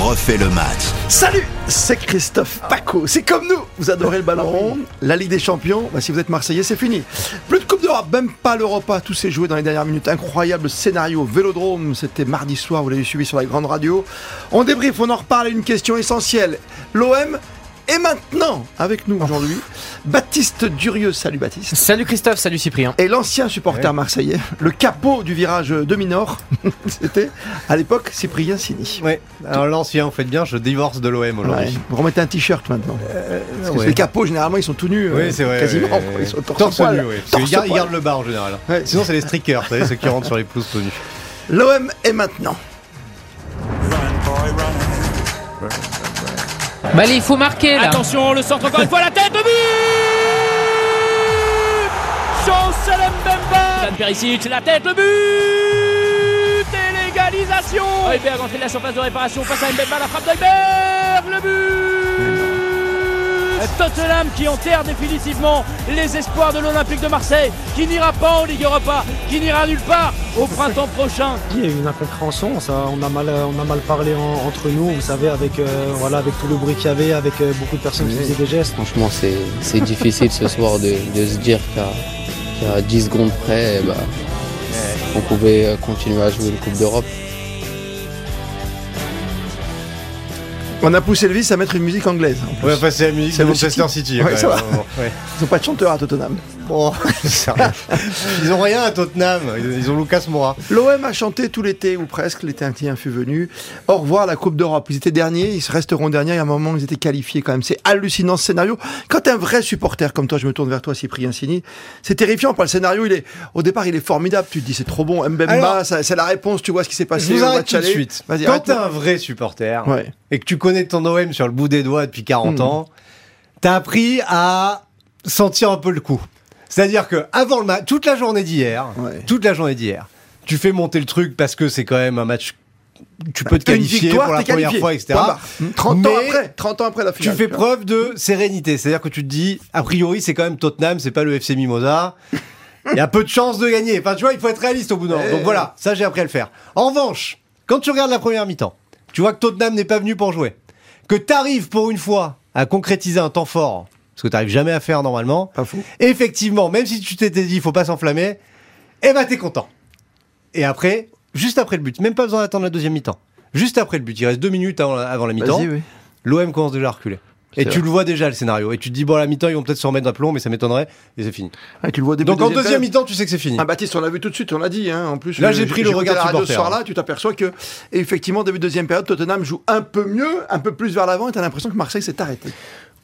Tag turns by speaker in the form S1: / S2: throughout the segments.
S1: refait le match.
S2: Salut, c'est Christophe Paco. C'est comme nous, vous adorez le ballon rond, la Ligue des Champions. Bah, si vous êtes Marseillais, c'est fini. Plus de Coupe d'Europe, même pas l'Europa. Tout s'est joué dans les dernières minutes. Incroyable scénario. Vélodrome, c'était mardi soir, vous l'avez suivi sur la grande radio. On débrief, on en reparle. Une question essentielle. L'OM est maintenant avec nous aujourd'hui. Baptiste Durieux, salut Baptiste.
S3: Salut Christophe, salut Cyprien.
S2: Et l'ancien supporter marseillais, le capot du virage demi-nord, c'était à l'époque Cyprien Sini.
S4: Ouais, alors l'ancien, vous faites bien, je divorce de l'OM
S2: Ouais.
S4: aujourd'hui. Euh,
S2: Vous remettez un t-shirt maintenant. Parce que
S4: ouais.
S2: les capots, généralement, ils sont tout nus. euh,
S4: Oui, c'est vrai.
S2: Quasiment.
S4: ouais,
S2: Ils
S4: ouais.
S2: sont torse,
S4: torse
S2: poil.
S4: nu, oui. Parce qu'ils
S2: Torse
S4: gardent- ils
S2: poil.
S4: gardent le bas en général.
S2: Ouais.
S4: Sinon, c'est les streakers, vous savez, ceux qui rentrent sur les pelouses tout nus.
S2: L'OM est maintenant.
S5: Bah allez, il faut marquer là.
S6: Attention, le centre encore une fois, la tête de but Chancel Mbemba Dan Perisic, la tête, le but Et l'égalisation Heuberg entrée Ah, de la surface de réparation face à Mbemba, la frappe d'Heuberg, le but Tottenham qui enterre définitivement les espoirs de l'Olympique de Marseille, qui n'ira pas en Ligue Europa, qui n'ira nulle part au printemps prochain.
S7: Il y a eu une incompréhension, ça, on, a mal, euh, on a mal parlé en- entre nous, vous savez, avec, euh, voilà, avec tout le bruit qu'il y avait, avec euh, beaucoup de personnes qui faisaient des gestes.
S8: Franchement, c'est c'est difficile ce soir de, de se dire qu'à qu'à 10 secondes près, eh ben, on pouvait euh, continuer à jouer une Coupe d'Europe.
S2: On a poussé Elvis à mettre une musique anglaise. En plus.
S4: Ouais, enfin, c'est la musique
S2: C'est
S4: de
S2: le
S4: Manchester
S2: City.
S4: City.
S2: Ouais,
S4: quand
S2: ça
S4: même,
S2: va.
S4: à un moment. Ouais.
S2: Ils n'ont pas de chanteur à Tottenham.
S4: Bon, sérieux. Ils ont rien à Tottenham, ils ils ont Lucas Moura.
S2: L'OM a chanté tout l'été, ou presque, l'été un fut venu. Au revoir la Coupe d'Europe. Ils étaient derniers, ils resteront derniers. Il y a un moment, ils étaient qualifiés quand même. C'est hallucinant ce scénario. Quand un vrai supporter comme toi, je me tourne vers toi, Cyprien Sini, c'est terrifiant. Pas le scénario, il est, au départ, il est formidable. Tu te dis, c'est trop bon. Mbemba,
S4: Alors-
S2: ça- c'est la réponse. Tu vois ce qui s'est
S4: Je
S2: passé
S4: vous
S2: au
S4: arrête
S2: match
S4: tout de
S2: aller.
S4: suite.
S2: Vas-y,
S4: Quand t'es
S2: arrête-moi.
S4: un vrai supporter
S2: Ouais.
S4: et que tu connais ton OM sur le bout des doigts depuis 40
S2: Hmm.
S4: ans, t'as appris à sentir un peu le coup. C'est-à-dire que avant le match, toute la journée d'hier,
S2: Ouais.
S4: toute la journée d'hier, tu fais monter le truc parce que c'est quand même un match. Tu peux te
S2: Une
S4: qualifier
S2: victoire,
S4: pour la
S2: t'es
S4: première
S2: qualifié.
S4: fois, etc.
S2: Point barre. 30 Hmm. ans
S4: Mais
S2: après, 30 ans après la
S4: Tu
S2: finale.
S4: fais
S2: vois.
S4: preuve de sérénité. C'est-à-dire que tu te dis, a priori, c'est quand même Tottenham, c'est pas le FC Mimosa. Il y a peu de chances de gagner. Enfin, tu vois, il faut être réaliste au bout d'un moment.
S2: Eh.
S4: Donc voilà, ça, j'ai appris à le faire. En revanche, quand tu regardes la première mi-temps, tu vois que Tottenham n'est pas venu pour jouer. Que t'arrives pour une fois à concrétiser un temps fort, ce que t'arrives jamais à faire normalement.
S2: Pas fou.
S4: Effectivement, même si tu t'étais dit, il faut pas s'enflammer, eh ben, t'es content. Et après, juste après le but, même pas besoin d'attendre la deuxième mi-temps. Juste après le but, il reste deux minutes avant la, avant la mi-temps.
S2: Vas-y, oui.
S4: L'OM commence déjà à reculer. Et tu le vois déjà le scénario. Et tu te dis, bon, à la mi-temps, ils vont peut-être se remettre à plomb, mais ça m'étonnerait. Et c'est fini.
S2: Ah, tu le vois au début
S4: Donc
S2: de
S4: en deuxième
S2: période.
S4: mi-temps, tu sais que c'est fini.
S2: Ah, Baptiste, on l'a vu tout de suite, on l'a dit. Hein, en plus,
S4: Là,
S2: euh,
S4: j'ai pris le
S2: j'écoutais
S4: regard
S2: la radio ce
S4: supporter, hein.
S2: soir-là, tu t'aperçois que, effectivement, début de deuxième période, Tottenham joue un peu mieux, un peu plus vers l'avant, et t'as l'impression que Marseille s'est arrêté.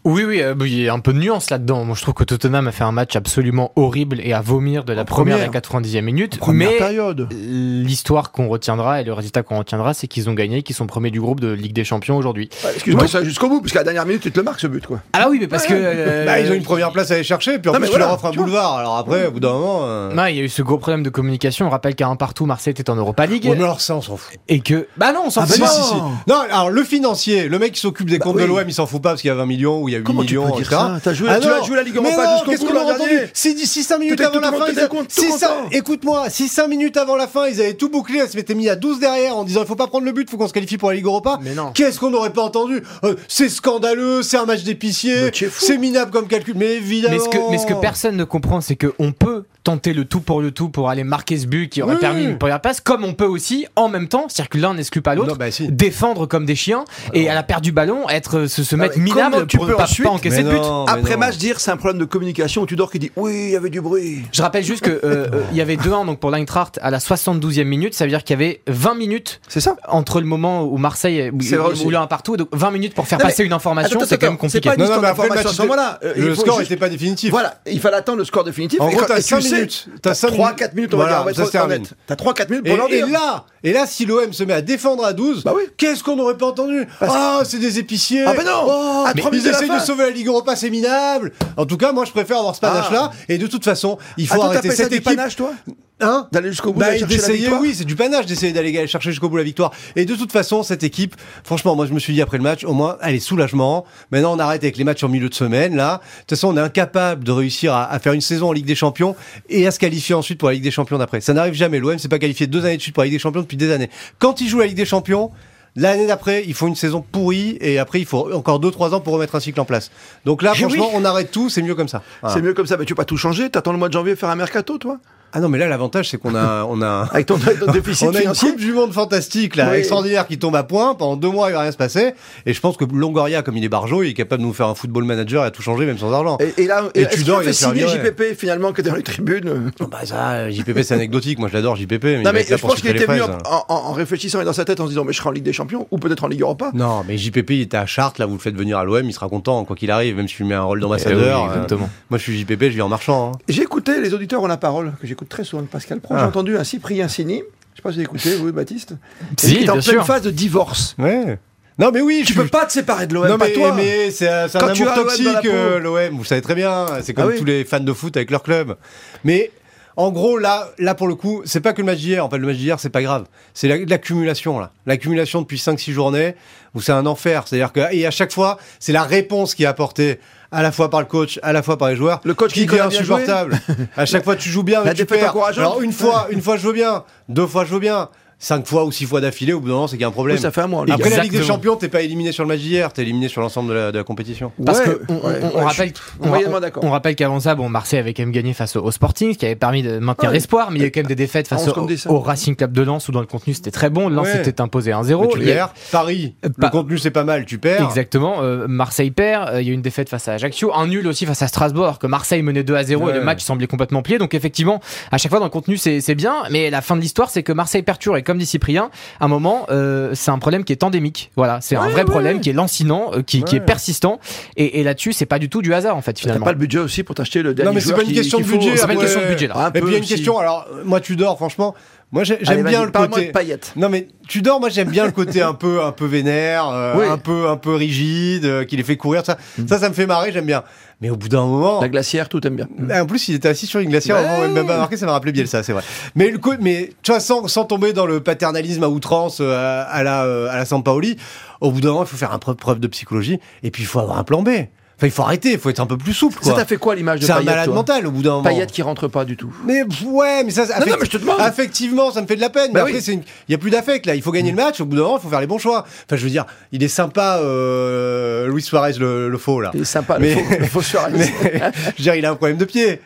S3: Oui, oui, euh, il y a un peu de nuance là-dedans. Moi, je trouve que Tottenham a fait un match absolument horrible et à vomir de la
S2: En
S3: première,
S2: première.
S3: à la 90e minute.
S2: Première
S3: mais
S2: période.
S3: l'histoire qu'on retiendra et le résultat qu'on retiendra, c'est qu'ils ont gagné, qu'ils sont premiers du groupe de Ligue des Champions aujourd'hui.
S2: Ouais, Excuse-moi, ça jusqu'au bout, parce qu'à la dernière minute, tu te le marques ce but, quoi.
S3: Ah oui, mais parce que. euh,
S4: Bah, ils ont une première place à aller chercher, puis en
S2: Non, mais
S4: plus, tu
S2: voilà,
S4: leur offres un
S2: tu vois.
S4: boulevard. Alors après, au bout d'un moment. euh,
S3: non, il y a eu ce gros problème de communication. On rappelle qu'à un partout, Marseille était en Europa League.
S4: ouais, mais alors ça, on s'en fout.
S3: Et que. Bah non, on s'en
S2: Ah,
S3: fout.
S2: bah,
S4: Si,
S2: non. Bah
S4: si, si. Non, alors le financier, le mec qui s'occupe des comptes
S2: oui.
S4: de l'OM, il s'en fout pas parce qu'il y a 20 millions ou il y a 8
S2: Comment tu
S4: millions.
S2: peux dire
S4: etc.
S2: ça T'as joué- tu as joué la Ligue
S4: mais
S2: Europa
S4: non,
S2: jusqu'au
S4: qu'est-ce
S2: bout
S4: qu'on a
S2: l'an
S4: entendu
S2: dernier.
S4: Si, si 5 minutes
S2: T'étais
S4: avant
S2: tout
S4: la fin,
S2: content,
S4: ils
S2: t'étais
S4: avaient-
S2: content,
S4: si cinq-
S2: content.
S4: écoute-moi, si 5 minutes avant la fin, ils avaient tout bouclé, elles se m'étaient mis à 12 derrière en disant il faut pas prendre le but, faut qu'on se qualifie pour la Ligue Europa.
S3: Mais non.
S4: Qu'est-ce qu'on n'aurait pas entendu Euh, C'est scandaleux, c'est un match d'épicier,
S2: Mais tu es fou.
S4: c'est minable comme calcul. Mais évidemment.
S3: Mais ce, que, mais ce que personne ne comprend, c'est qu'on peut tenter le tout pour le tout pour aller marquer ce but qui aurait
S4: Oui.
S3: permis une première passe, comme on peut aussi, en même temps, c'est-à-dire que l'un n'exclut pas l'autre,
S4: Non, bah si.
S3: défendre comme des chiens et à la perte du ballon, être, se, se
S4: Ah
S3: mettre
S2: mais Ah comment
S3: minable
S2: tu
S3: pour ne
S2: peux
S3: pas,
S2: ensuite-
S3: pas encaisser
S4: Mais
S3: de but.
S4: non, mais
S2: Après
S4: non.
S2: match, dire c'est un problème de communication, Tudor qui dit oui, il y avait du bruit.
S3: Je rappelle juste qu'il y avait 2-1 donc pour l'Eintracht à la 72e minute, ça veut dire qu'il y avait 20 minutes
S2: C'est ça
S3: entre le moment où Marseille où,
S2: C'est vrai aussi.
S3: où l'un partout, donc 20 minutes pour faire
S2: Non, mais-
S3: passer une information,
S2: Attends,
S3: c'est quand même
S2: attends, c'est
S3: compliqué.
S2: pas une
S4: Non, non,
S2: histoire
S4: mais après, le,
S2: d'information
S4: match
S2: à ce moment-là, euh, il
S4: le
S2: faut
S4: score
S2: juste-
S4: n'était pas définitif.
S2: Voilà, il fallait attendre le score définitif.
S4: En
S2: et
S4: gros,
S2: quand-
S4: t'as
S2: et
S4: cinq
S2: tu sais,
S4: minutes. T'as
S2: T'as
S4: cinq
S2: 3-4 minutes, on
S4: Voilà,
S2: va dire,
S4: ça
S2: on
S4: se
S2: va être
S4: termine.
S2: honnête. T'as 3-4 minutes
S4: Et,
S2: pour leur
S4: et
S2: dire.
S4: là, et là, si l'OM se met à défendre à 12,
S2: Bah oui.
S4: qu'est-ce qu'on n'aurait pas entendu
S2: Parce-
S4: Ah, c'est des épiciers.
S2: Ah bah non
S4: Oh,
S2: À trois
S4: Ils
S2: minutes de la
S4: essaient
S2: fin.
S4: de sauver la Ligue Europa, c'est minable. En tout cas, moi, je préfère avoir ce
S2: Ah.
S4: panache-là. Et de toute façon, il faut
S2: Attends,
S4: arrêter
S2: t'appelles ça
S4: cette
S2: du
S4: équipe.
S2: panache, toi
S4: Hein
S2: D'aller jusqu'au bout,
S4: Bah,
S2: d'aller chercher la
S4: d'essayer,
S2: victoire
S4: oui, c'est du panache d'essayer d'aller chercher jusqu'au bout la victoire. Et de toute façon, cette équipe, franchement, moi je me suis dit après le match, au moins, allez, soulagement. Maintenant, on arrête avec les matchs en milieu de semaine, là. De toute façon, on est incapable de réussir à, à faire une saison en Ligue des Champions et à se qualifier ensuite pour la Ligue des Champions d'après. Ça n'arrive jamais. L'OM s'est pas qualifié deux années de suite pour la Ligue des Champions depuis des années. Quand il joue la Ligue des Champions, L'année d'après, ils font une saison pourrie et après, il faut encore 2-3 ans pour remettre un cycle en place. Donc là,
S2: Eh
S4: franchement,
S2: oui.
S4: on arrête tout, c'est mieux comme ça. Voilà.
S2: C'est mieux comme ça, mais tu peux pas tout changer. T'attends le mois de janvier faire un mercato, toi
S4: Ah non, mais là, l'avantage, c'est qu'on a, on a,
S2: Avec ton, avec ton déficit
S4: on a une
S2: financier.
S4: Coupe du Monde fantastique, là,
S2: Oui.
S4: extraordinaire, qui tombe à point. Pendant deux mois, il va rien se passer. Et je pense que Longoria, comme il est barjot, il est capable de nous faire un football manager et à tout changer, même sans argent.
S2: Et, et là, et
S4: Et
S2: est-ce
S4: Tudor,
S2: qu'il
S4: il
S2: fait
S4: a servi,
S2: signer
S4: ouais.
S2: JPP finalement que dans les tribunes
S4: Ah Bah ça, euh, JPP, c'est anecdotique. Moi, je l'adore, JPP. Mais il
S2: Non
S4: va
S2: mais
S4: être là
S2: je
S4: pour
S2: pense qu'il
S4: sucer les hein.
S2: était venu en,
S4: fraises.
S2: en- en réfléchissant et dans sa tête en se disant mais je serai en Ligue des Champions ou peut-être en Ligue Europa.
S4: Non, mais JPP, il était à Chartres, là, vous le faites venir à l'OM, il sera content, quoi qu'il arrive, même si je lui mets un rôle d'ambassadeur.
S3: Eh oui,
S4: euh,
S3: exactement.
S4: moi, je suis JPP, je vis en marchand. hein.
S2: J'ai écouté les auditeurs ont la parole que j'écoute très souvent de Pascal Pro. J'ai
S4: Ah.
S2: entendu un Cyprien Sini. Je sais pas si vous écoutez, vous, Baptiste. qui
S3: Si,
S2: est en pleine
S3: bien sûr.
S2: phase de divorce.
S4: Ouais. Non, mais oui,
S2: Tu
S4: je
S2: peux pas te séparer de l'OM,
S4: Non,
S2: pas
S4: mais,
S2: toi.
S4: mais c'est un, c'est un
S2: Quand tu
S4: amour
S2: as l'OM dans la
S4: toxique,
S2: peau.
S4: euh, l'OM, vous savez très bien. C'est comme
S2: Ah oui.
S4: tous les fans de foot avec leur club. Mais en gros, là, là pour le coup, c'est pas que le match d'hier. En fait, le match d'hier, c'est pas grave. C'est la- l'accumulation, là. L'accumulation depuis 5-6 journées où c'est un enfer. C'est-à-dire que, et à chaque fois, c'est la réponse qui est apportée à la fois par le coach, à la fois par les joueurs.
S2: Le coach qui
S4: devient
S2: connaît bien jouer.
S4: insupportable. à chaque fois, tu joues bien, mais
S2: La
S4: tu
S2: défaite
S4: perds.
S2: encourageante.
S4: Alors, une fois, une fois, je veux bien. Deux fois, je veux bien. Cinq fois ou six fois d'affilée, au bout d'un moment, c'est qu'il y a un problème.
S2: Oui, ça fait un mois. en Ligue.
S4: Après la Ligue des
S3: Oh, Exactement.
S4: Champions, t'es pas éliminé sur le match d'hier, t'es éliminé sur l'ensemble de la, de la compétition.
S3: Parce
S2: Ouais,
S3: que on, on-
S2: ouais,
S3: on
S2: ouais,
S3: rappelle,
S2: je suis
S3: on,
S2: moyennement
S3: on-
S2: d'accord.
S3: on rappelle qu'avant ça, bon, Marseille avait quand même gagné face au, au Sporting, ce qui avait permis de maintenir
S2: Ouais.
S3: l'espoir, mais il y a eu quand même des défaites
S2: on
S3: face
S2: se
S3: au,
S2: compte des ça.
S3: au Racing Club de Lens où dans le contenu c'était très bon. Lens
S4: Ouais.
S3: s'était imposé
S4: Mais
S3: 1-0.
S4: tu
S3: Oh, Il y a-
S4: perds. Paris,
S3: Euh,
S4: le
S3: pas-
S4: contenu c'est pas mal, tu perds.
S3: Exactement, euh, Marseille perd, euh, il y a eu une défaite face à Ajaccio, un nul aussi face à Strasbourg, que Marseille menait 2 à 0
S4: Ouais.
S3: et le match semblait complètement plié. Donc effectivement, à chaque fois dans le contenu c'est c'est bien, mais la fin de l'histoire c'est que Marseille perture et comme dit Cyprien, à un moment euh, c'est un problème qui est endémique. Voilà, c'est un vrai problème qui est lancinant, euh, qui, qui est
S4: Ouais.
S3: persistant, et, et là-dessus c'est pas du tout du hasard en fait
S2: T'as
S3: finalement.
S2: pas le budget aussi pour t'acheter le dernier
S4: Non mais c'est
S2: joueur
S4: pas une
S2: qui-
S4: question de
S2: qu'il faut.
S4: budget.
S3: c'est pas une
S4: après.
S3: question de budget, là.
S2: Un
S4: Et puis il y
S2: peu
S4: a une
S2: aussi.
S4: question. Alors euh, moi tu dors franchement. Moi j'ai- j'aime
S2: Allez,
S4: bien
S2: vas-y,
S4: le
S2: parle-moi de
S4: côté.
S2: paillettes.
S4: Non mais tu dors, moi j'aime bien le côté un peu un peu vénère, euh,
S2: Oui. Mm.
S4: un peu un peu rigide, euh, qui les fait courir. Ça ça ça me fait marrer, j'aime bien. Mais au bout d'un moment,
S2: La glacière, tout aime bien.
S4: Ah, En plus, il était assis sur une glacière au moment où Mbemba a marqué, ça m'a rappelé Bielsa, c'est vrai. Mais, le co- mais tu vois, sans, sans tomber dans le paternalisme à outrance euh, à, à la, euh, à la Sampaoli, au bout d'un moment, il faut faire un preuve, preuve de psychologie et puis il faut avoir un plan B. Enfin, il faut arrêter, il faut être un peu plus souple.
S2: Ça
S4: quoi.
S2: t'a fait quoi l'image de
S4: C'est un
S2: Payet
S4: malade
S2: toi
S4: mental au bout d'un moment.
S2: Payet qui rentre pas du tout.
S4: Mais pff, ouais, mais ça.
S2: Non, non, mais je te demande.
S4: Affectivement, ça me fait de la peine.
S2: Bah
S4: mais après,
S2: oui.
S4: c'est une- il y a plus d'affect là. Il faut gagner le match. Au bout d'un moment, il faut faire les bons choix. Enfin, je veux dire, il est sympa, euh, Luis Suarez, le, le faux là.
S2: Il est sympa,
S4: Mais-
S2: le faux- le faux soir.
S4: Mais, je veux dire, il a un problème de pied.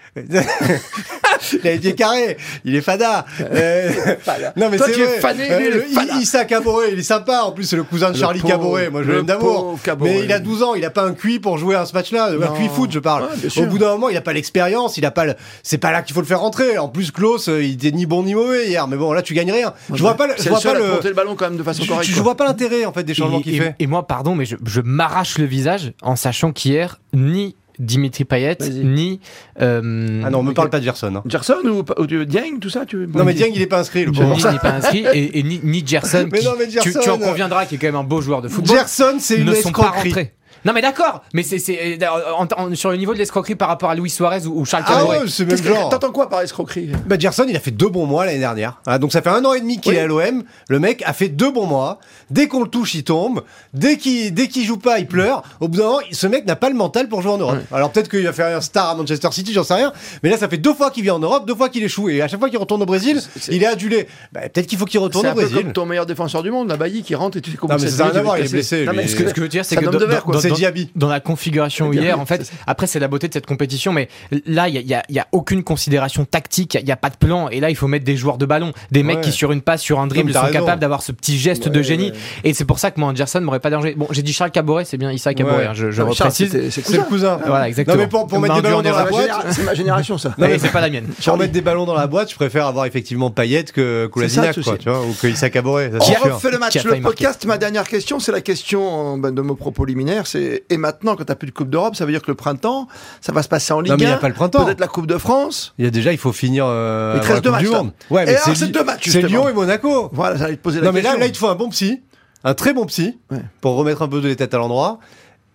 S4: il a les pieds carrés. Il est fada. Euh,
S2: fada.
S4: Non, mais
S2: Toi,
S4: c'est
S2: tu es
S4: vrai. Euh,
S2: fané, lui, il est
S4: le- I-
S2: fada.
S4: Issa Caboret, il est sympa. En plus, c'est le cousin de
S2: Le
S4: Charlie
S2: pauvre-
S4: Caboret. Moi, je
S2: le
S4: l'aime d'amour.
S2: pauvre Caboret.
S4: Mais il a 12 ans. Il a pas un cuit pour jouer à ce match-là. Un cuit foot, je parle.
S2: Ouais, bien sûr.
S4: Au bout d'un moment, il a pas l'expérience. Il a pas le, c'est pas là qu'il faut le faire rentrer. En plus, Klaus, euh, il était ni bon ni mauvais hier. Mais bon, là, tu gagnes rien. Je vois pas le, je
S2: bah, C'est le
S4: vois pas
S2: seul à porter
S4: le,
S2: le ballon quand même de façon
S4: tu-
S2: correcte.
S4: tu- je
S2: quoi.
S4: vois pas l'intérêt, en fait, des changements
S3: et,
S4: qu'il
S3: et-
S4: fait.
S3: et moi, pardon, mais je, je m'arrache le visage en sachant qu'hier, ni Dimitri Payet,
S2: Vas-y.
S3: ni. euh,
S4: Ah non, me parle pas de Gerson. hein.
S2: Gerson ou, pa- ou de- Dieng, tout ça tu...
S4: Non, mais Dieng, il est pas inscrit, le
S3: Bondi
S4: pauvre.
S3: n'est pas inscrit, et, et ni, ni Gerson.
S4: Mais
S3: qui-
S4: non, mais
S3: tu- Tu,
S4: Gerson,
S3: en conviendras, qui est quand même un beau joueur de football.
S4: Gerson, c'est une
S3: ne sont pas
S4: escroquerie.
S3: rentrés. Non, mais d'accord, mais c'est c'est- euh, en- en- sur le niveau de l'escroquerie par rapport à Luis Suarez ou, ou Charles
S4: Ah
S3: Caboret.
S4: ouais, c'est le
S2: Qu'est-ce
S4: même
S2: que-
S4: genre.
S2: T'entends quoi par escroquerie
S4: Bah, Gerson, il a fait deux bons mois l'année dernière. Ah, donc ça fait un an et demi qu'il
S2: Oui.
S4: est à l'OM. Le mec a fait deux bons mois. Dès qu'on le touche, il tombe. Dès qu'il dès qu'il joue pas, il pleure. Au bout d'un moment, ce mec n'a pas le mental pour jouer en Europe. Alors peut-être qu'il va faire un star à Manchester City, j'en sais rien. Mais là, ça fait deux fois qu'il vient en Europe, deux fois qu'il échoue. Et à chaque fois qu'il retourne au Brésil,
S2: c'est-
S4: il est adulé. Bah, peut-être qu'il faut qu'il retourne
S2: C'est
S4: au
S2: un peu comme
S4: Brésil.
S2: ton meilleur défenseur du monde, la Bailly qui rentre et tu sais comment
S4: Non, mais ça n'a rien à voir, il est blessé.
S2: Non, mais
S4: lui.
S2: ce
S3: Ce que, ce que je veux dire, c'est
S2: C'est
S3: que
S2: un homme
S3: dans,
S2: de verre,
S3: dans-
S2: quoi.
S3: dans-
S4: C'est
S3: dans-
S4: Diaby.
S3: dans la configuration
S2: C'est
S3: hier,
S2: Diaby,
S3: en fait, après c'est la beauté de cette compétition, mais là il n'y a, il y a aucune considération tactique, il n'y a, pas de plan, et là il faut mettre des joueurs de ballon, des mecs
S4: Ouais.
S3: qui sur une passe, sur un
S4: mais
S3: dribble
S4: t'as
S3: sont
S4: raison.
S3: capables d'avoir ce petit geste de génie, et c'est pour ça que moi Anderson m'aurait pas dérangé. Bon, j'ai dit Charles Caboret, c'est bien Issa Caboret,
S4: Ouais.
S3: hein, je, je
S2: Non, mais Charles,
S3: reprécise.
S2: c'était- c'est
S4: C'est le cousin.
S3: Voilà, exactement.
S4: Non, mais pour, pour mettre
S3: Main
S4: des
S3: dure
S4: ballons
S3: dans
S4: dans
S3: la
S4: la boîte,
S2: C'est ma génération ça.
S3: Non, mais c'est pas la mienne.
S4: pour mettre des ballons dans la boîte, je préfère avoir effectivement Payet que
S2: C'est
S4: Koulazinak,
S2: ça, le
S4: quoi,
S2: souci.
S4: tu vois, ou que Issa Caboret. ça,
S2: On
S4: c'est sûr.
S2: refait le
S3: Qui a
S2: match,
S3: failli
S2: le podcast. Ma dernière question, c'est la question euh, ben, de mon propos liminaire. C'est et maintenant, quand t'as plus de Coupe d'Europe, ça veut dire que le printemps, ça va se passer en Ligue
S4: Non,
S2: 1.
S4: mais il n'y a pas le printemps.
S2: Peut-être la Coupe de France.
S4: Il y a déjà, il faut finir. Euh,
S2: Il te
S4: avant la
S2: reste deux
S4: Coupe du
S2: matchs, là.
S4: Monde. Ouais,
S2: Et
S4: mais
S2: alors,
S4: c'est
S2: c'est
S4: Li-
S2: deux matchs,
S4: C'est
S2: justement.
S4: Lyon et Monaco.
S2: Voilà, j'allais te poser la
S4: Non, mais
S2: question.
S4: là, là, il te faut un bon psy, un très bon psy,
S2: Ouais.
S4: pour remettre un peu de les têtes à l'endroit.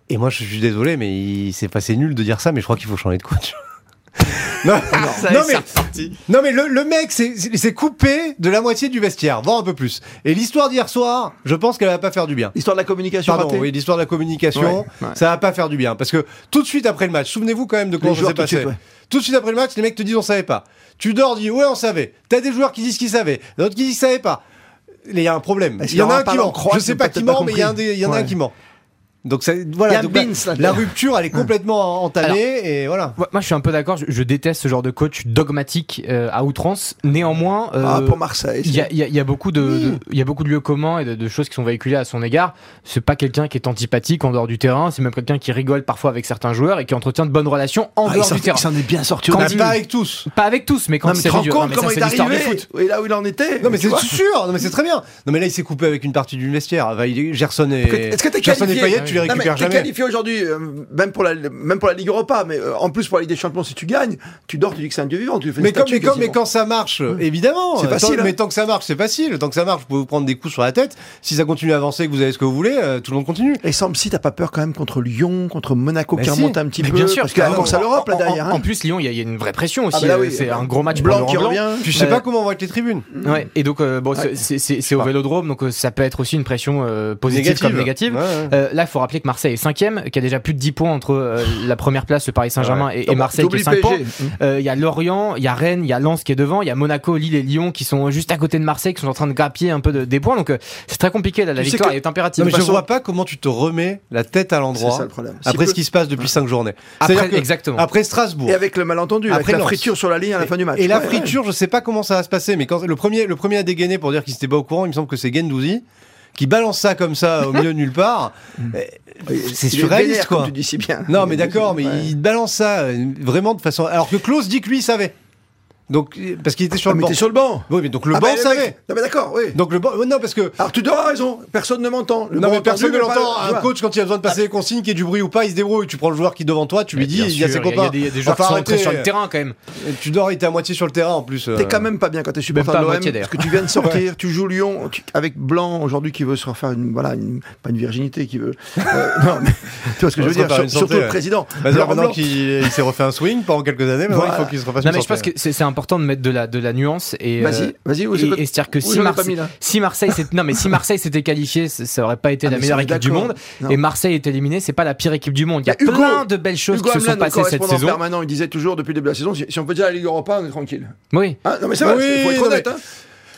S4: Et moi, je suis désolé, mais il s'est passé nul de dire ça, mais je crois qu'il faut changer de coach. non, non, mais, non, mais le, le mec c'est- c'est c'est coupé de la moitié du vestiaire, voire un peu plus. Et l'histoire d'hier soir, je pense qu'elle va pas faire du bien.
S2: Histoire de la communication
S4: Pardon,
S2: ratée.
S4: oui, l'histoire de la communication,
S2: Ouais, ouais.
S4: ça va pas faire du bien. Parce que tout de suite après le match, souvenez-vous quand même de comment ça
S2: joueurs
S4: s'est
S2: tout de
S4: passé.
S2: suite, ouais.
S4: Tout de suite après le match, les mecs te disent on savait pas. Tudor dit ouais, on savait. T'as des joueurs qui disent qu'ils savaient, d'autres qui disent qu'ils savaient pas. il y a un problème.
S2: Est-ce
S4: Il y en
S2: qu'il y aura
S4: a un
S2: pas
S4: qui ment.
S2: l'encroche,
S4: Je sais
S2: j'ai
S4: pas
S2: peut-être
S4: qui
S2: pas
S4: ment, mais il y, a un des- il y en a un
S2: Ouais.
S4: qui ment. Donc ça,
S2: Il y a
S4: voilà, donc la,
S2: Beans, là,
S4: la
S2: dedans.
S4: rupture, elle est complètement entamée et voilà.
S3: Moi, moi, je suis un peu d'accord. Je, je déteste ce genre de coach dogmatique euh, à outrance. Néanmoins, euh,
S2: Ah, pour Marseille.
S3: il y, a- il y a- il y a beaucoup de, de- il y a beaucoup de lieux communs et de, de choses qui sont véhiculées à son égard. C'est pas quelqu'un qui est antipathique en dehors du terrain. C'est même quelqu'un qui rigole parfois avec certains joueurs et qui entretient de bonnes relations en
S2: Ah, il
S3: dehors
S2: s'en-
S3: du terrain.
S2: il s'en est bien sorti au
S3: Quand
S4: Mais
S2: début.
S3: il-
S4: pas avec tous.
S3: Pas avec tous, mais quand
S2: Non, mais
S3: il
S2: tu te
S3: s'agit
S2: rends
S3: du non,
S2: compte
S3: mais ça,
S2: comment il
S3: c'est
S2: est
S3: l'histoire du
S2: arrivé
S3: foot.
S2: et là où il en était
S4: Non mais
S2: tu
S4: c'est
S2: vois
S4: sûr, non mais c'est très bien. Non mais là il s'est coupé avec une partie du vestiaire. Enfin, il est- Gerson
S2: Est-ce que-
S4: et
S2: Est-ce que t'es
S4: Gerson et
S2: qualifié
S4: Payet, tu les
S2: Non, mais
S4: récupères
S2: t'es
S4: jamais.
S2: qualifié aujourd'hui, euh, même pour la même pour la Ligue Europa, mais euh, en plus pour la Ligue des Champions, si tu gagnes, tu dors, tu dis que c'est un dieu vivant, tu fais une
S4: Mais, comme,
S2: statue
S4: mais, comme, mais
S2: quasiment.
S4: quand ça marche, évidemment.
S2: C'est
S4: euh, tant-
S2: facile, hein.
S4: mais tant que ça marche, c'est facile. Tant que ça marche, vous pouvez vous prendre des coups sur la tête. Si ça continue à avancer, que vous avez ce que vous voulez, euh, tout le monde continue.
S2: Et Sam, si t'as pas peur quand même contre Lyon, contre Monaco
S4: Mais
S2: qui
S4: si.
S2: remonte un petit
S3: Mais
S2: peu,
S3: bien sûr, ah
S2: parce qu'il y a la course à l'Europe là
S3: en- en-
S2: derrière.
S3: En,
S2: hein.
S3: plus, Lyon, il y, a- il y a une vraie pression aussi.
S2: Ah, bah là, oui.
S3: euh, c'est un gros match pour
S2: blanc
S3: Laurent
S2: qui
S3: Blanc.
S2: revient.
S4: Puis je sais
S3: Euh,
S4: pas comment vont être les tribunes.
S3: Ouais. Et donc, euh, bon, c'est- c'est- c'est c'est au Vélodrome, donc euh, ça peut être aussi une pression euh, positive comme négative.
S4: Ouais, ouais.
S3: Euh, là, il faut rappeler que Marseille est cinquième, qu'il y a déjà plus de 10 points entre euh, la première place, le Paris Saint-Germain, et- et,
S2: T'oublies
S3: Marseille qui est
S2: PSG.
S3: 5 points.
S4: Mm.
S3: Euh, Il y a Lorient, il y a Rennes, il y a Lens qui est devant, il y a Monaco, Lille et Lyon qui sont juste à côté de Marseille, qui sont en train de grappiller un peu de- des points. Donc euh, c'est très compliqué, là, la
S2: Tu sais
S3: victoire
S2: que-
S3: est impérative.
S4: Non, mais je
S2: façon-
S4: vois pas comment tu te remets la tête à
S2: C'est ça
S4: l'endroit
S2: le problème. Si
S4: après
S2: peu-
S4: ce qui se passe depuis 5 journées.
S3: Après-
S4: C'est-à-dire que-
S3: exactement.
S4: Après Strasbourg.
S2: Et avec le malentendu,
S4: Après
S2: avec la
S4: Lens.
S2: friture sur la ligne à la fin du match.
S4: Et la
S2: Ouais, ouais.
S4: friture, je sais pas comment ça va se passer, mais quand le premier, le premier à dégainer pour dire qu'il n'était pas au courant, il me semble que c'est Gendouzi qui balance ça comme ça au milieu de nulle part.
S2: Il-
S4: C'est
S2: il est
S4: surréaliste
S2: vénère, comme
S4: quoi.
S2: Tu dis si bien. Ah
S4: Non, mais d'accord, mais
S2: Ouais.
S4: il balance ça euh, vraiment de façon. Alors que Klaus dit que lui il savait. Donc euh, parce qu'il était sur
S2: Ah,
S4: le
S2: mais
S4: banc.
S2: t'es sur le banc.
S4: Oui, mais donc le
S2: Ah,
S4: banc
S2: bah,
S4: savait.
S2: mec- Non mais d'accord, oui.
S4: Donc le banc. ouais, Non, parce que.
S2: Alors tu dois raison. Personne ne m'entend. Le
S4: Non,
S2: bon
S4: mais personne ne
S2: entendu, le Ah.
S4: l'entend.
S2: pas-
S4: Un
S2: tu vois.
S4: coach, quand il a besoin de passer les consignes, qu'il y ait du bruit ou pas, il se débrouille. Tu prends le joueur qui est devant toi, tu lui dis,
S3: Bien
S4: il y a ses
S3: sûr,
S4: copains.
S3: des, il y a des joueurs
S4: Enfin,
S3: qui sont entrés
S4: arrêtez.
S3: sur le terrain quand même.
S4: Et Tu dors, il était à moitié sur le terrain en plus. euh.
S2: T'es quand même pas bien quand t'es supporter
S3: Même
S2: de
S3: pas à
S2: l'OM
S3: moitié,
S2: parce que tu viens de sortir, tu joues Lyon tu- avec Blanc aujourd'hui qui veut se refaire une voilà une- pas une virginité qui veut euh, non mais tu vois ce que
S4: On
S2: je veux
S4: se
S2: dire
S4: repart
S2: sur-
S4: une santé,
S2: surtout
S4: ouais.
S2: le président
S4: Bah, c'est-à-dire
S2: Laurent
S4: maintenant
S2: Blanc.
S4: qu'il il s'est refait un swing pendant quelques années, maintenant
S2: Voilà.
S4: il faut qu'il se refasse
S3: Non,
S4: une
S3: mais je pense
S4: sortie.
S3: que c'est c'est important de mettre de la, de la nuance. et, euh,
S2: Vas-y vas-y
S3: Et,
S2: où c'est quoi-
S3: et c'est-à-dire que
S2: où
S3: si
S2: j'en ai pas
S3: Marseille,
S2: mis, là
S3: si Marseille s'était- non mais si Marseille s'était qualifié, ça- ça aurait pas été
S2: Ah,
S3: la
S2: mais
S3: meilleure
S2: ça,
S3: équipe du
S2: d'accord.
S3: monde.
S2: Non.
S3: Et Marseille est éliminé, c'est pas la pire équipe du monde. Il y a
S2: Il y a Hugo-
S3: plein de belles choses
S2: Hugo
S3: qui se
S2: Hamelin,
S3: sont
S2: notre
S3: passées cette
S2: correspondant
S3: saison.
S2: permanent, il disait toujours depuis le début de la saison si, si on peut déjà la Ligue Europa on est tranquille
S3: Oui.
S2: Hein non mais c'est vrai
S4: Oui,
S2: c'est- faut être
S4: non,
S2: honnête
S4: mais-
S2: hein.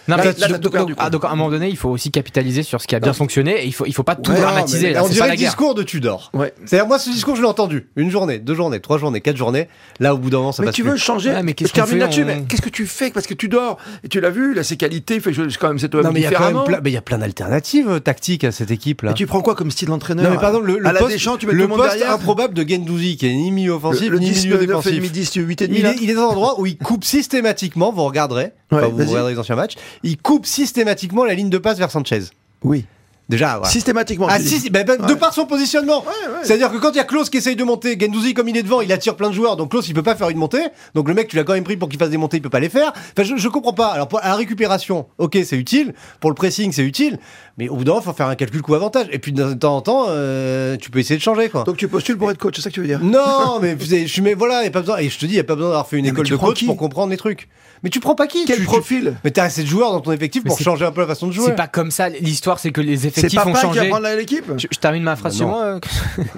S3: Non,
S2: Là,
S3: mais
S2: là, t'as
S3: donc-
S2: tout perdu,
S3: donc-
S2: quoi.
S3: ah, donc, à un moment donné, il faut aussi capitaliser sur ce qui a bien fonctionné et il faut, il faut pas tout
S4: Ouais, non,
S3: dramatiser.
S4: mais
S3: là,
S4: on
S3: c'est pas
S4: dirait
S3: la
S4: le
S3: guerre.
S4: discours de Tudor.
S2: Ouais.
S4: C'est-à-dire, moi, ce discours, je l'ai entendu. Une journée, deux journées, trois journées, quatre journées. Là, au bout d'un moment, ça
S2: mais
S4: passe
S2: tu
S4: plus.
S2: veux changer
S3: Ouais, mais
S2: je
S3: qu'est-ce qu'on
S2: termine
S3: fait,
S2: là-dessus
S3: on-
S2: mais qu'est-ce que tu fais parce que tu dors et tu l'as vu là ses qualités fait je- quand même cette OM
S4: Non, mais il y a quand
S2: différemment
S4: même plein, mais il y a plein d'alternatives euh, tactiques à cette équipe-là.
S2: et tu prends quoi comme style d'entraîneur
S4: Non, mais pardon, le, le
S2: à la
S4: poste,
S2: Deschamps, tu mets
S4: le
S2: tout le monde
S4: poste
S2: derrière.
S4: improbable de Gendouzi, qui est ni milieu
S2: le,
S4: offensif,
S2: le
S4: ni
S2: 10
S4: milieu
S2: 9 et demi
S4: défensif.
S2: 10 8 et demi
S4: Il
S2: là.
S4: est, il est dans un endroit où il coupe systématiquement, vous regarderez, enfin,
S2: Ouais,
S4: vous
S2: vas-y.
S4: regarderez les anciens matchs, il coupe systématiquement la ligne de passe vers Sanchez.
S2: oui
S4: Déjà, voilà.
S2: Systématiquement.
S4: Ah,
S2: tu dis.
S4: si, si, bah, bah, de
S2: Ouais.
S4: par son positionnement.
S2: ouais.
S4: C'est-à-dire que quand il y a Klaus qui essaye de monter, Gendouzi comme il est devant, il attire plein de joueurs, donc Klaus il peut pas faire une montée. Donc le mec tu l'as quand même pris pour qu'il fasse des montées, il peut pas les faire. Enfin je, je comprends pas. Alors pour la récupération, ok c'est utile, pour le pressing c'est utile, mais au bout d'un moment faut faire un calcul coût avantage. Et puis de temps en temps euh, tu peux essayer de changer quoi.
S2: Donc tu postules pour être coach, c'est ça que tu veux dire
S4: non mais vous avez- je suis mais voilà y a pas besoin et je te dis y a pas besoin d'avoir fait une
S2: Non, mais
S4: école
S2: tu
S4: de
S2: prends
S4: coach
S2: qui
S4: pour comprendre les trucs. Mais tu prends pas qui
S2: Quel
S4: tu, tu-
S2: profil
S4: Mais t'as assez de joueurs dans ton effectif
S3: Mais
S4: pour
S3: c'est-
S4: changer un peu la façon de jouer.
S3: C'est pas comme ça. L'histoire, c'est que les
S2: C'est
S3: effectifs
S2: papa
S3: ont
S2: qui va
S3: changé.
S2: prendre la- l'équipe
S3: Je, je termine ma phrase
S4: Bah
S3: chez
S4: non.
S3: moi. euh,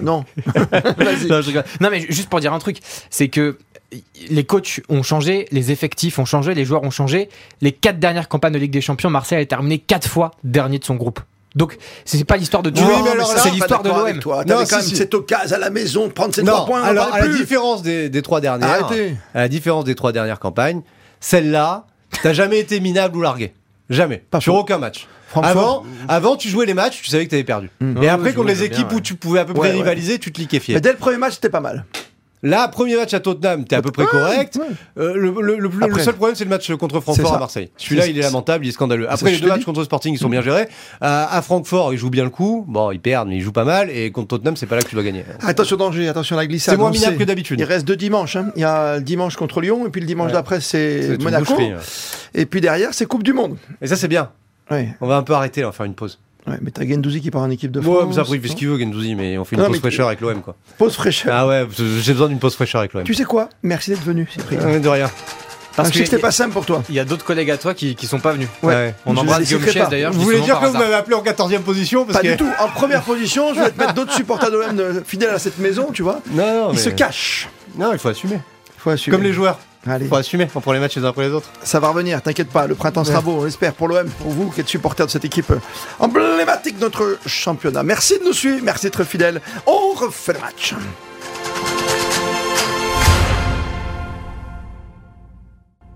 S2: Non.
S3: non, je rigole. Non, mais ju- juste pour dire un truc, c'est que les coachs ont changé, les effectifs ont changé, les joueurs ont changé. Les quatre dernières campagnes de Ligue des Champions, Marseille a terminé quatre fois dernier de son groupe. Donc, c'est pas l'histoire de
S4: Oui,
S3: Tudor,
S4: mais alors là,
S3: c'est
S4: pas
S3: l'histoire de l'OM.
S2: Toi,
S4: Non,
S2: t'avais
S4: si,
S2: quand même
S4: si.
S2: cette occasion à la maison de prendre ces
S4: Non,
S2: trois points. on en
S4: alors
S2: parle
S4: à la
S2: plus.
S4: différence des, des trois dernières,
S2: Arrêtez.
S4: à la différence des trois dernières campagnes, celle-là, t'as jamais été minable ou largué. Jamais.
S2: Pas
S4: Sur
S2: faux.
S4: aucun match.
S2: François.
S4: avant, avant, tu jouais les matchs, tu savais que t'avais perdu. Et
S2: Mmh.
S3: Ouais,
S4: après,
S3: je
S4: contre
S3: me
S4: les
S3: souviens,
S4: équipes où
S3: ouais.
S4: tu pouvais à peu près
S2: Ouais, ouais.
S4: rivaliser, tu te liquéfiais.
S2: Mais dès le premier match, c'était pas mal.
S4: Là, premier match à Tottenham, t'es à peu près correct. Euh, le, le- le- le
S2: Après.
S4: seul problème, c'est le match contre
S2: C'est
S4: Francfort
S2: ça.
S4: à Marseille. Celui-là,
S2: C'est-
S4: il est lamentable, il est scandaleux.
S2: ça que
S4: Après, les
S2: je
S4: deux
S2: te
S4: matchs
S2: dis.
S4: contre Sporting, ils sont bien gérés. À, à Francfort, ils jouent bien le coup. Bon, ils perdent, mais ils jouent pas mal. Et contre Tottenham, c'est pas là que tu dois gagner.
S2: Attention au danger, attention à la glissade.
S4: C'est moins
S2: on
S4: minable
S2: sait.
S4: que d'habitude.
S2: Il reste deux dimanches. hein. Il y a le dimanche contre Lyon, et puis le dimanche
S4: Ouais.
S2: d'après,
S4: C'est
S2: c'est
S4: une
S2: Monaco.
S4: boucherie, ouais.
S2: Et puis derrière, c'est Coupe du Monde.
S4: Et ça, c'est bien.
S2: Ouais,
S4: On va un peu arrêter, là, on va faire une pause.
S2: ouais. Mais t'as Gendouzi qui part en équipe de
S4: Ouais,
S2: France.
S4: mais ça, après, il fait ce qu'il veut, Gendouzi, mais on fait une
S2: Non,
S4: pause
S2: mais-
S4: fraîcheur avec l'OM, quoi.
S2: Pause fraîcheur.
S4: Ah ouais, parce que j'ai besoin d'une pause fraîcheur avec l'OM.
S2: Tu sais quoi Merci d'être venu, Cyprien.
S4: Ouais, De rien.
S3: Parce
S2: je sais
S3: que-
S2: que c'était pas simple pour toi.
S3: Il y a d'autres collègues à toi qui, qui sont pas venus.
S2: Ouais.
S3: On
S2: Je
S3: embrasse
S2: les
S3: Guillaume
S2: citerai
S3: Chess
S2: pas.
S3: d'ailleurs. je
S4: Vous
S3: dis
S4: voulez
S3: souvent
S4: dire
S3: par
S4: que vous
S3: hasard.
S4: m'avez appelé en 14 e position parce
S2: Pas
S4: que...
S2: du tout. En première position, je vais te mettre d'autres supporters de l'OM de- fidèles à cette maison, tu vois.
S4: Non, non,
S2: Ils
S4: mais...
S2: se cachent.
S4: Non, il faut assumer.
S2: Faut assumer.
S4: Comme les joueurs.
S2: Allez,
S4: Faut assumer, on prend les matchs les uns après les autres.
S2: ça va revenir, t'inquiète pas, le printemps sera beau, on l'espère, pour l'OM, pour vous qui êtes supporters de cette équipe euh, emblématique de notre championnat. Merci de nous suivre, merci d'être fidèles. On refait le match.